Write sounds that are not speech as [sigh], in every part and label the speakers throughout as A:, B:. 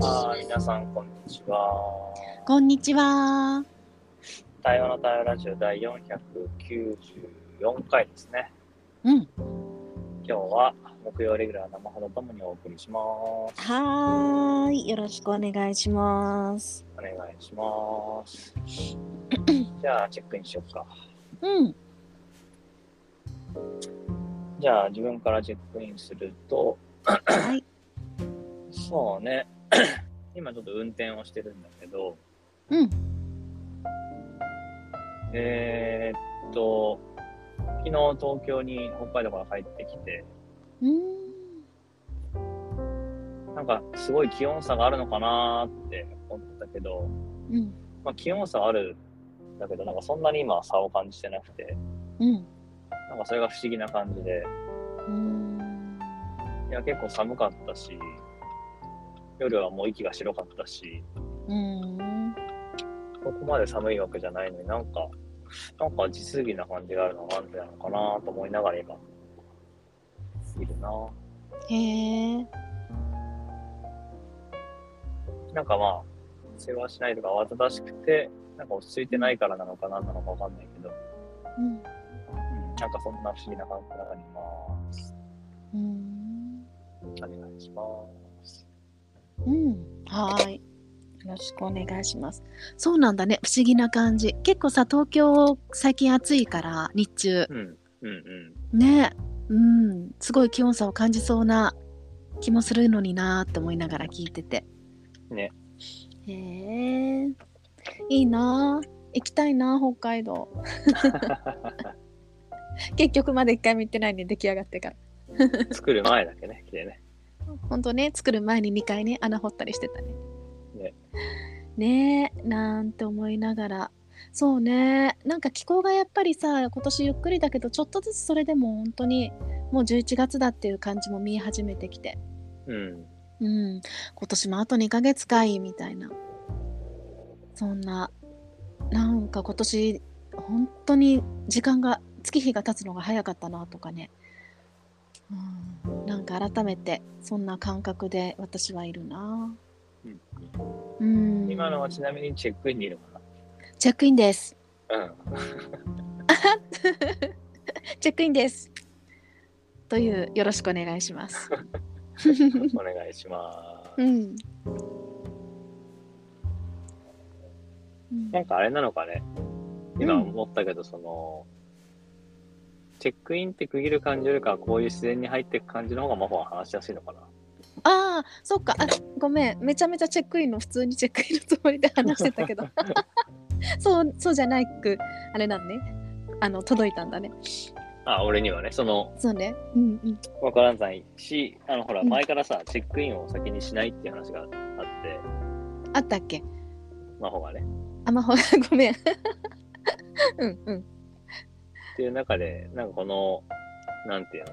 A: はい、皆さん、こんにちは。
B: こんにちは。
A: 対話の対話ラジオ第494回ですね。
B: うん。
A: 今日は木曜レギュラー生ほどともにお送りします。
B: はーい。よろしくお願いします。
A: お願いします。じゃあ、チェックインしようか。
B: うん。
A: じゃあ、自分からチェックインすると、
B: はい。
A: [coughs] そうね、 [coughs] 今ちょっと運転をしてるんだけど、
B: うん。
A: えーっと、昨日東京に北海道から帰ってきて、
B: うん。
A: なんかすごい気温差があるのかなーって思ったけど、
B: うん。
A: まあ、気温差あるんだけど、なんかそんなに今差を感じてなくて、
B: うん。
A: なんかそれが不思議な感じで、
B: うん。
A: いや、結構寒かったし、夜はもう息が白かったし、
B: うん。
A: ここまで寒いわけじゃないのになんか、なんか実技な感じがあるのはなんでなのかなと思いながら今、いるな
B: へえ。
A: なんかまあ、世話しないとか慌ただしくて、なんか落ち着いてないからなのかなんなのかわかんないけど、
B: うん。
A: なんかそんな不思議な感じの中にいます。
B: うん。
A: お願いします。
B: うん。はーい。よろしくお願いします。そうなんだね。不思議な感じ。結構さ、東京最近暑いから、日中。
A: うん、うん、うん。
B: ね。うん。すごい気温差を感じそうな気もするのになーって思いながら聞いてて。
A: ね。
B: へえ。いいなー。行きたいなー、北海道。結局まだ一回も行ってないね、出来上がってから。
A: 作る前だけね、来てね。
B: ほんとね、作る前に2回ね、穴掘ったりしてたね。
A: ね。
B: ねえ、なんて思いながら。そうね、なんか気候がやっぱりさ、今年ゆっくりだけど、ちょっとずつそれでも本当に、もう11月だっていう感じも見え始めてきて。
A: うん。
B: うん、今年もあと2ヶ月かいみたいなそんななんか今年本当に時間が月日が経つのが早かったなとかね、うん、なんか改めてそんな感覚で私はいるな
A: うん、
B: うん
A: 今のはちなみにチェックインにいるか
B: チェックインです
A: な。うん。
B: チェックインですというよろしくお願いします
A: [laughs] お願いしま
B: う
A: す。
B: ん、うん
A: なんかあれなのかね。今
B: うん
A: 思ったけど、その、チェックインって区切る感じよりかは、こういう自然に入っていく感じの方がマホは話しやすいのかな。
B: ああ、そっか。あ、ごめん。めちゃめちゃチェックインの普通にチェックインのつもりで話してたけど。そう、そうじゃないく、あれなんね。あの、届いたんだね。
A: あ、俺にはね、その、
B: そうね。うんうん。
A: わからんざいし、あの、ほら、
B: うん
A: 前からさ、チェックインを先にしないっていう話があって、
B: あったっけ
A: マホがね。
B: あ、まほ、ごめん。 [laughs] うんうん。
A: っていう中で、なんかこの、なんていうの、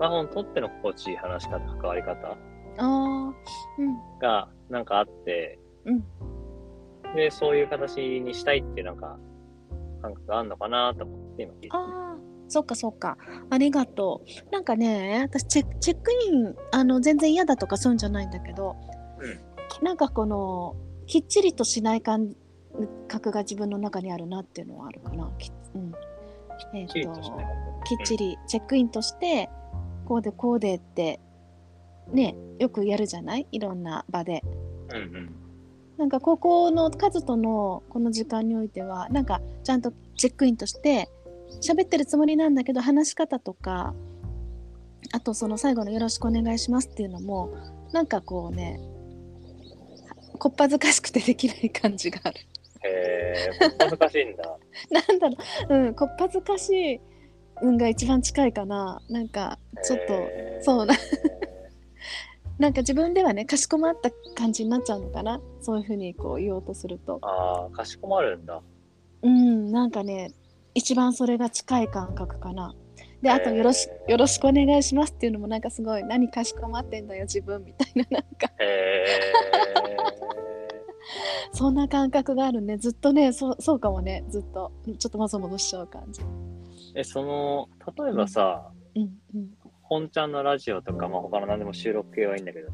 A: マホにとっての心地いい話し方、関わり方
B: ああ、うん
A: がなんかあって、
B: うん
A: で、そういう形にしたいっていうなんか、感覚があるのかなと思って今聞いて。
B: ああ、そっかそっか。ありがとう。なんかね、私チェチェックイン、あの、全然嫌だとかそういうんじゃないんだけど、なんかこの、きっちりとしない感覚が自分の中にあるなっていうのはあるかな。きうん。えっ、
A: きっちり
B: と
A: としない
B: きっちりチェックインとして、こうでこうでって、ね、よくやるじゃないいろんな場で。
A: うんうん。
B: なんかここのカズとのこの時間においてはなんかちゃんとチェックインとして喋ってるつもりなんだけど話し方とかあとその最後の「よろしくお願いします」っていうのもなんかこうねこっぱずかしくてできない感じがある。 [laughs]
A: へえ、難しいんだ。
B: なんだろう、うん、こっぱずかしい運が一番近いかななんか [laughs] ちょっと
A: へー
B: そうななんか自分ではねかしこまった感じになっちゃうのかなそういうふうにこう言おうとすると。
A: ああ、かしこまるんだ。
B: うん、なんかね、一番それが近い感覚かな。で、あと
A: へー
B: よろし、よろしくお願いしますっていうのもなんかすごい、何かしこまってんだよ、自分みたいな、なん [laughs] か、
A: へえ。
B: [laughs] そんな感覚があるね。ずっとね、そうそうかもね、ずっと、ちょっともぞもぞしちゃう感じ。
A: え、その、例えばさ、
B: うん、うん。
A: 本ちゃんのラジオとか、まあ、他の何でも収録系はいいんだけど、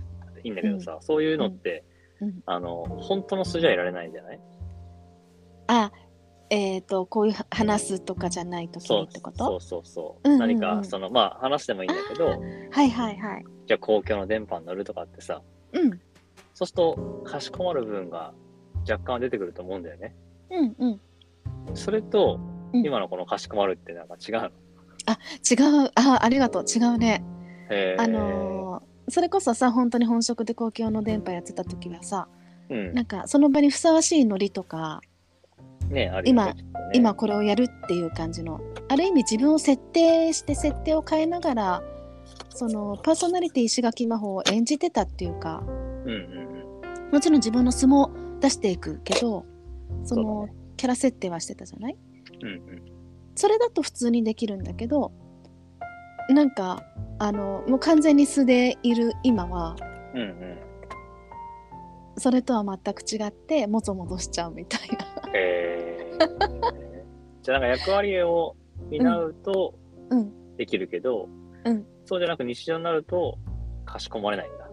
A: いいんだけどさ、そういうのって、
B: うん
A: あの本当の素じゃいられないじゃない
B: あえっ、とこういう話すとかじゃない時にってこと
A: そうそうそう、
B: うんうんうん
A: 何かそのまあ話してもいいんだけど
B: はいはいはい。
A: じゃあ公共の電波に乗るとかってさ
B: うん
A: そうするとかしこまる部分が若干出てくると思うんだよね
B: うんうん。
A: それと
B: うん
A: 今のこのかしこまるってなんか違うの、
B: 違うあありがとう違うね。
A: へー
B: あのーそれこそさ本当に本職で公共の電波やってた時はさ
A: うん
B: なんかその場にふさわしいノリとか、
A: ねあるよね
B: 今
A: きっとね
B: 今これをやるっていう感じのある意味自分を設定して設定を変えながらそのパーソナリティ石垣真帆を演じてたっていうか
A: うんうん
B: もちろん自分の素も出していくけどそ
A: そう
B: の
A: だ
B: キャラ設定はしてたじゃない
A: うんうんうん
B: それだと普通にできるんだけどなんかあのもう完全に素でいる今は
A: うんうん
B: それとは全く違ってもぞもぞしちゃうみたいな。
A: えーじゃあなんか役割を担うと
B: うん
A: できるけど、
B: うん
A: そうじゃなく日常になるとかしこまれないんだ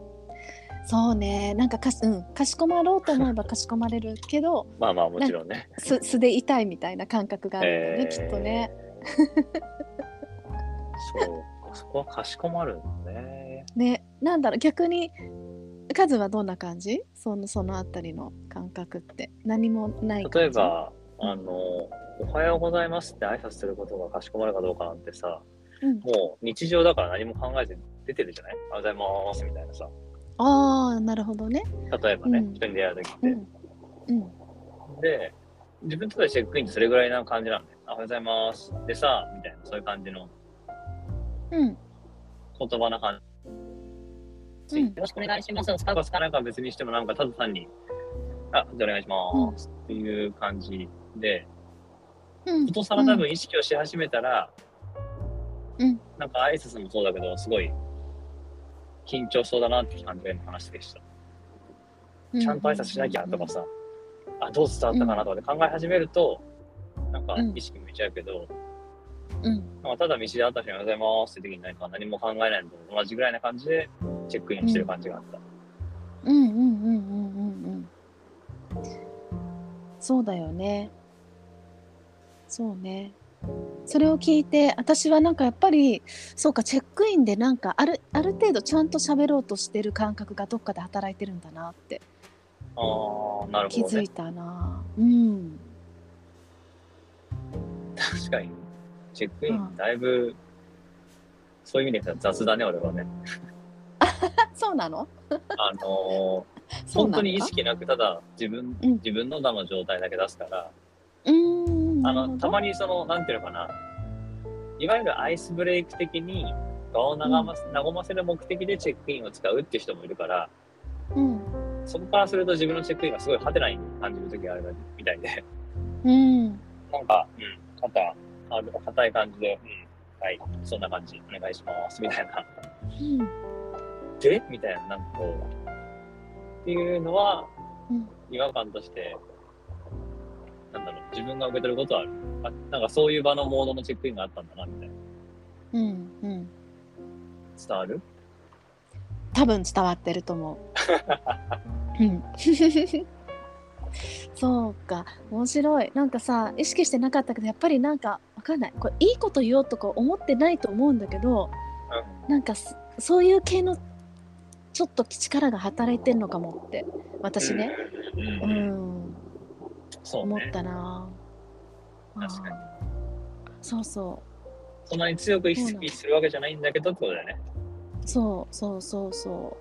B: そうねなんかかし,、うん、かしこまろうと思
A: [laughs]
B: えばかしこまれるけど
A: まあまあもちろんね
B: 素素でいたいみたいな感覚があるんだね、
A: えー
B: きっとね。
A: そうかそこはかしこまるんだね
B: ねなんだろう逆にカズはどんな感じそのそのあたりの感覚って何もない
A: 例え
B: 感じ
A: ばあの「おはようございます」って挨拶することがかしこまるかどうかなんてさ
B: うん、
A: もう日常だから何も考えずに出てるじゃないおはようございますみたいなさ
B: ああなるほどね。
A: 例えばね、
B: うん
A: 人に出会う時って、
B: うんうん
A: で、自分とかチェックインってそれぐらいな感じなんで、あおはようございます。でさ、みたいな、そういう感じの
B: うん
A: 言葉な感じ。
B: うん
A: よろしくお願いします。使うか使わないかは別にしても、なんかただ単に、あ、じゃあお願いします。っていう感じで、
B: うん
A: ことさら多分意識をし始めたら、
B: うん
A: なんか挨拶もそうだけど、すごい緊張しそうだなって感じで話してきた。ちゃんと挨拶しなきゃとかさ、あ、どう伝わったかなとかで考え始めると、なんか意識向いちゃうけど、
B: うん
A: まあ、ただ道で会った人におはようございますって時に何か何も考えないのと同じぐらいな感じでチェックインしてる感じがあった。
B: うんうんうんうんうんうんそうだよねそうねそれを聞いて私はなんかやっぱりそうかチェックインでなんかあるある程度ちゃんと喋ろうとしてる感覚がどっかで働いてるんだなって
A: ああ、なる
B: 気
A: ほど
B: づ
A: ね
B: い。たな、うん
A: 確かに。チェックイン、だいぶ、そういう意味で言ったら雑だね、俺はね。
B: あそうなの
A: あのー
B: [laughs] そう
A: 本
B: な
A: 当
B: んだ
A: に意識なく、ただ自分、
B: うん
A: 自分のだの状態だけ出すから、
B: うーんな
A: あ
B: るほ
A: の、
B: ど
A: たまにその、なんていうのかな、いわゆるアイスブレイク的に、場を和ませ和ませる目的でチェックインを使うっていう人もいるから、
B: うん
A: そこからすると自分のチェックインがすごいハテナに感じる時があるみたいで、
B: うん
A: なんか、うん、肩、ある硬い感じで、うん、はい、そんな感じ、お願いします、みたいな。
B: うん
A: でみたいな、なんかこう、っていうのは
B: うん、
A: 違和感として、なんだろう、自分が受け取ることはある。あなんかそういう場のモードのチェックインがあったんだな、みたいな。
B: うんうん
A: 伝わる
B: 多分伝わってると思
A: [laughs]
B: う。うん、 [laughs] そうか面白いなんかさ意識してなかったけどやっぱりなんかわかんないこれいいこと言おうとか思ってないと思うんだけどなんかそそういう系のちょっと力が働いてんのかもって私ね、
A: うん。
B: う
A: うんん、そう
B: 思っ
A: ね。
B: たな
A: 確かに
B: あーそうそ
A: そんなに強く意
B: そうなの
A: 識するわけじゃないんだけどってことだよね。
B: うそうそうそうそ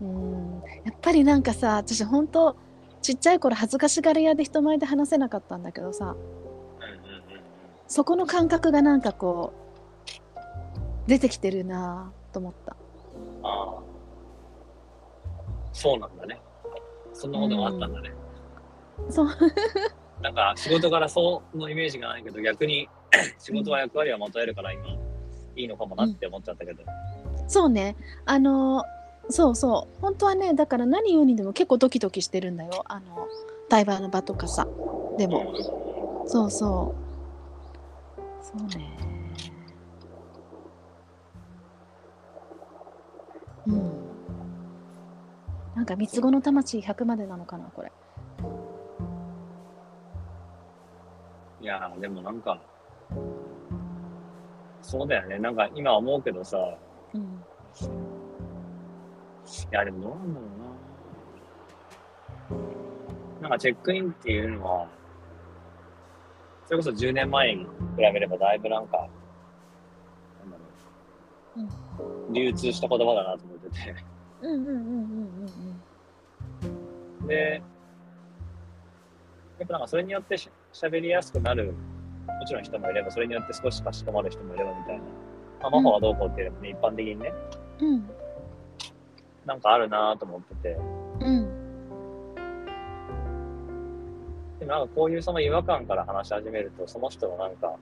B: ううんやっぱりなんかさ私本当ちっちゃい頃恥ずかしがり屋で人前で話せなかったんだけど
A: うんうんう
B: さ、
A: んうん。
B: そこの感覚がなんかこう出てきてるなぁと思った。
A: ああ。そうなんだね。そんなことがあったんだね。
B: そう
A: [laughs] なんか仕事からそうのイメージがないけど、逆に [clears throat] 仕事は役割をまとえるから今、いいのかもなって思っちゃったけど。
B: そうねあのそうそう本当はねだから何言うにでも結構ドキドキしてるんだよあの対話の場とかさでもそうそうそうねうんなんか三つ子の魂100までなのかなこれ
A: いやーでもなんか、そうだよね。なんか今思うけどさ、い
B: うん
A: やでもどうなんだろうな。なんかチェックインっていうのは、それこそ10年前に比べればだいぶなんか、なんだろう。流通した言葉だなと思ってて。
B: うんうんうんうんうん
A: で、やっぱなんかそれによってし喋りやすくなる、もちろん人もいれば、それによって少しかしこまる人もいればみたいな。まあ、
B: う
A: マ
B: ん
A: ホはどうこうっていうのはね、一般的にね、
B: うん
A: なんかあるなぁと思ってて。
B: うん
A: でもなんかこういうその違和感から話し始めると、その人のなんか、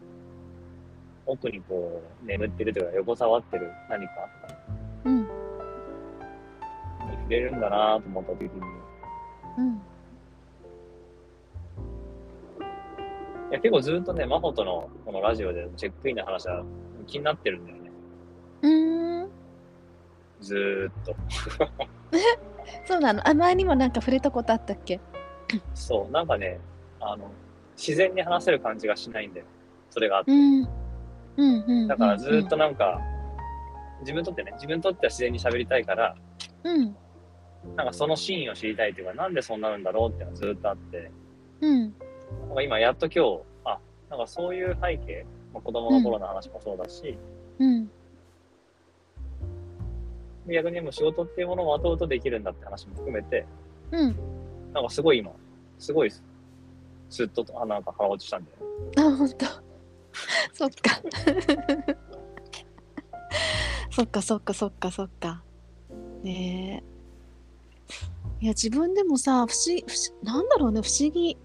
A: 奥にこう、眠ってるというか、横たわってる何か
B: うん
A: に触れるんだなぁと思った時に、
B: うん
A: いや、結構ずっとね、マホとのこのラジオでチェックインの話は気になってるんだよね。
B: うーん
A: ずーっと。
B: そうなのあ前にもなんか触れたことあったっけ
A: そう、なんかね、あの、自然に話せる感じがしないんだよ。それがあって。
B: うんうんうんうん
A: だからずーっとなんか、自分にとってね、自分にとっては自然に喋りたいから、
B: うん
A: なんかそのシーンを知りたいというか、なんでそうなるんだろうっていうのがずーっとあって、
B: うん
A: なんか今やっと今日、あ、なんかそういう背景、まあ、子供の頃の話もそうだし、
B: うん
A: 逆にもう仕事っていうものを後々できるんだって話も含めて、
B: うん
A: なんかすごい今、すごいす、すっと、あ、なんか腹落ちしたんだよね。
B: あ本当 [laughs] そっか [laughs] そっかそっかそっかそっかねえいや自分でもさ不思不思なんだろうね不思議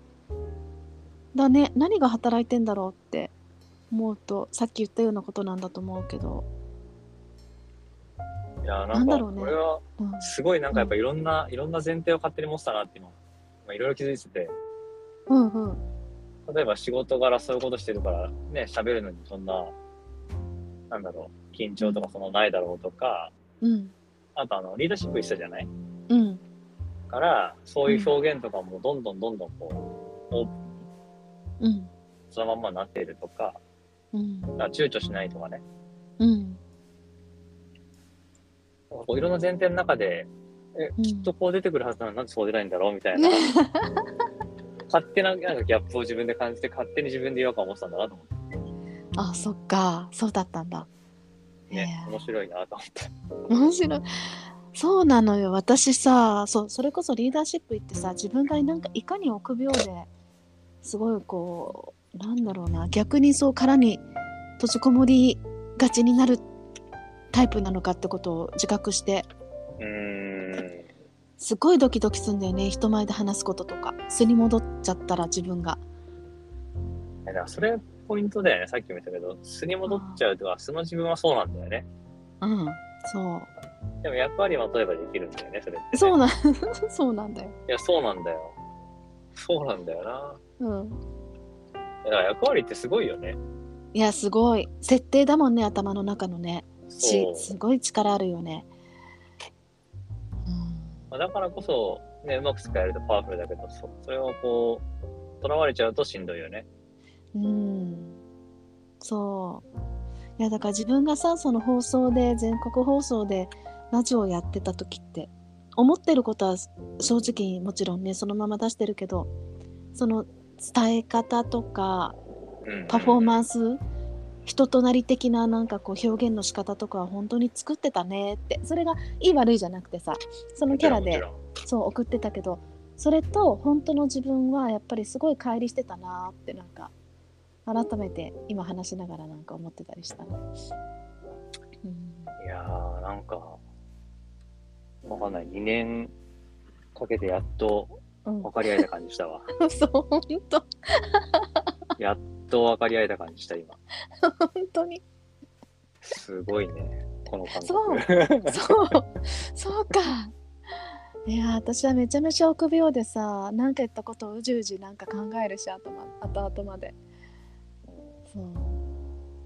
B: だね何が働いてんだろうって思うとさっき言ったようなことなんだと思うけど、
A: いやー、
B: な
A: なんん
B: だ
A: か、
B: ろうね
A: これは、
B: うん、
A: すごいなんかやっぱいろんな、いろんな前提を勝手に持ってたなって今、まあ、いろいろ気づいてて、
B: うんうん
A: 例えば仕事柄そういうことしてるから、ね、喋るのにそんな、なんだろう、緊張とかそのないだろうとか、
B: うん
A: あとあの、リーダーシップ一緒じゃない
B: うん
A: から、そういう表現とかもどんどんどんどんこう、オープン
B: うん
A: そのまんまになっているとか、
B: うん
A: だから躊躇しないとかね、
B: うん
A: こういろんな前提の中で、
B: うん
A: きっとこう出てくるはずなのになんでそう出ないんだろうみたい
B: [laughs]
A: な、勝手ななんかギャップを自分で感じて、勝手に自分で違和感を持ってたんだなと思って、
B: あそっかそうだったんだ
A: ね
B: へ、え
A: 面白いなと思って。
B: 面白いそうなのよ私さそうそれこそリーダーシップ行ってさ自分がなんかいかに臆病ですごいこうなんだろうな逆にそう殻に閉じこもりがちになるタイプなのかってことを自覚して
A: うーん
B: すごいドキドキすんだよね人前で話すこととか素に戻っちゃったら自分が
A: だからそれポイントだよね、さっきも言ったけど、素に戻っちゃうとか、素の自分はそうなんだよね。
B: うんそ
A: でもやっぱり例えばできるんだよね、それって、
B: う
A: ね。
B: そう
A: い
B: なん [laughs] そうなんだよ
A: や、そうなんだよ。そうなんだよな。
B: うん
A: だから役割ってすごいよね。
B: いやすごい設定だもんね頭の中のねし
A: そう。
B: すごい力あるよね。うん
A: まあだからこそ、ね、うまく使えるとパワフルだけど、そそれをこう、とらわれちゃうとしんどいよね。
B: うん、そういやだから自分がさその放送で全国放送でラジオをやってた時って思ってることは正直もちろんねそのまま出してるけどその伝え方とか
A: うん、
B: パフォーマ
A: ン
B: ンス人となり的ななんかこう表現の仕方とかは本当に作ってたねってそれがいい悪いじゃなくてさそのキャラでそう送ってたけどそれと本当の自分はやっぱりすごい乖離してたなーってなんか改めて今話しながらなんか思ってたりしたな。うん
A: いやー、なんか、わかんない。2年かけてやっと
B: うん
A: 分、かり合えた感じしたわ。
B: [laughs] そう本当
A: やっと分かり合えた感じした、今。
B: 本当に
A: すごいね。この感覚。 [laughs]
B: そうそうそうかいやー私はめちゃめちゃ臆病でさ何か言ったことをうじうじなんか考えるし頭後々までそう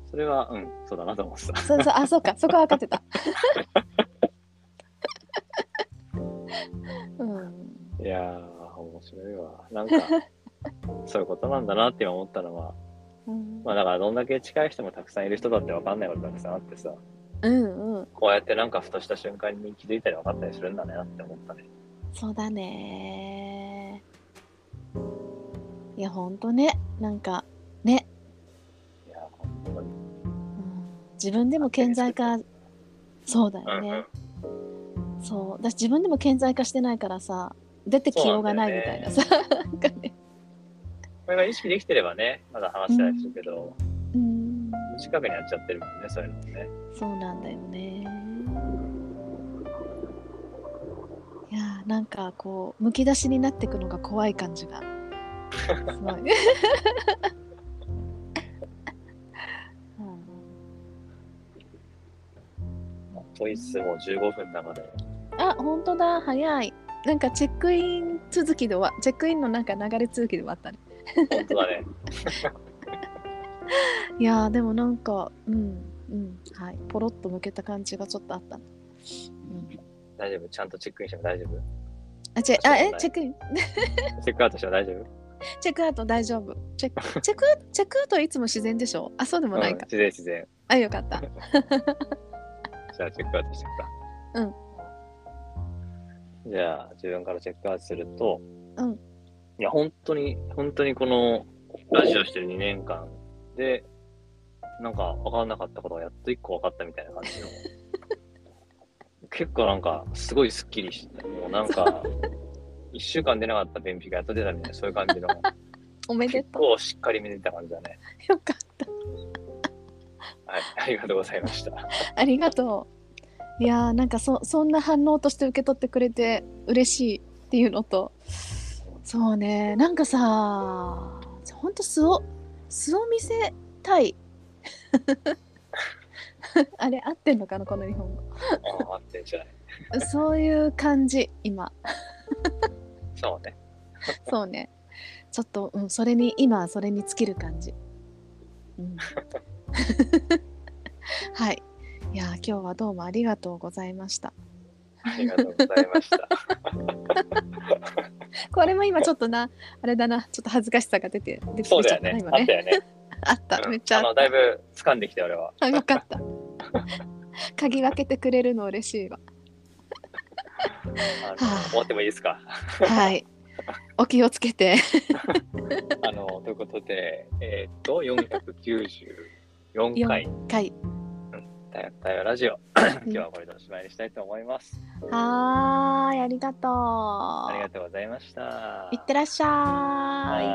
A: それは、うん、そうだなと思ってた。
B: [laughs] そうそうあそうかそこは分かってたうん
A: いやー、面白いわ。なん
B: [laughs]
A: か、そういうことなんだなって今思ったのは、
B: うん
A: まあだからどんだけ近い人もたくさんいる人だって分かんないことたくさんあってさ、
B: うんうん
A: こうやってなんかふとした瞬間に気づいたり分かったりするんだねなって思ったね。
B: そうだねいやほんとねなんかね、
A: いやー、本当に。
B: うん自分でも顕在化そうだ
A: う
B: よ
A: んうん
B: ね、そう私自分でも顕在化してないからさ出てきようがないみたいなさなんかね
A: これが意識できてればね、まだ話したりするけど、
B: うん
A: 無自覚にやっちゃってるもんね、そういうのもね。
B: そうなんだよね。いやーなんかこうむき出しになっていくのが怖い感じがすごい。うん
A: まあ問いつつもう15分なので、
B: あ本当だ早い。なんかチェックイン続きで終わチェックインのなんか流れ続きで終わったね。
A: 本当だね。
B: いやーでもなんかうんうんはいポロッと抜けた感じがちょっとあったな。うん、
A: 大丈夫ちゃんとチェックインしても大丈夫
B: あチェあえチェックイン
A: チェックアウトしても大丈夫
B: チェックアウト大丈夫。チェックチェックアウトチェックアウトはいつも自然でしょあ、そうでもない
A: うん
B: か。
A: 自然自然。
B: あ、よかった。
A: じゃあチェックアウトしてくか。うん。じゃあ自分からチェックアウトすると、
B: うん。
A: いや、本当に、本当にこのラジオしてる2年間で、なんか分かんなかったことがやっと1個分かったみたいな感
B: [laughs]
A: じの。結構なんか、すごいスッキリして、もうなんか、1週間出なかった便秘がやっと出たみたいな、そういう感
B: [laughs]
A: じの、
B: おめで
A: 結
B: と
A: 構しっかり見てた感じだね。
B: う。よかった。
A: はい、ありがとうございま
B: [laughs]
A: した。
B: ありがとう。いやーなんかそそんな反応として受け取ってくれて嬉しいっていうのとそうねなんかさほんと素を素を見せたい [laughs] あれ合ってんのかなこの日本語
A: ああ、ってんじゃない。
B: そういう感じ今
A: そうね。
B: そうね。ちょっと、うん、それに、今はそれに尽きる感じ。うん、 [laughs] はい。いやー、今日はどうもありがとうございました。
A: ありがとうございました。
B: これも今ちょっとな、あれだな、ちょっと恥ずかしさが出て、出てきち
A: そ
B: ゃ
A: う
B: っ
A: だ
B: た
A: よね。 [laughs]
B: な、今
A: あっ
B: ね。
A: たよね。
B: あ [laughs] った、
A: うん
B: めっちゃあ
A: あの
B: っ
A: だいぶ掴んできた俺は。
B: た。よ
A: [laughs]
B: かった。鍵分けてくれるの嬉しいわ。
A: あの
B: はあ
A: 終わってもいいですか。
B: はい。お気をつけて。
A: あの
B: [laughs]
A: ということで、えーっと494回
B: はい。
A: 太陽太陽ラジオ、 [laughs] 今日はこれでおしまいにしたいと思います。
B: はーい、ありがとう。
A: ありがとうございました。
B: いってらっしゃ。
A: はい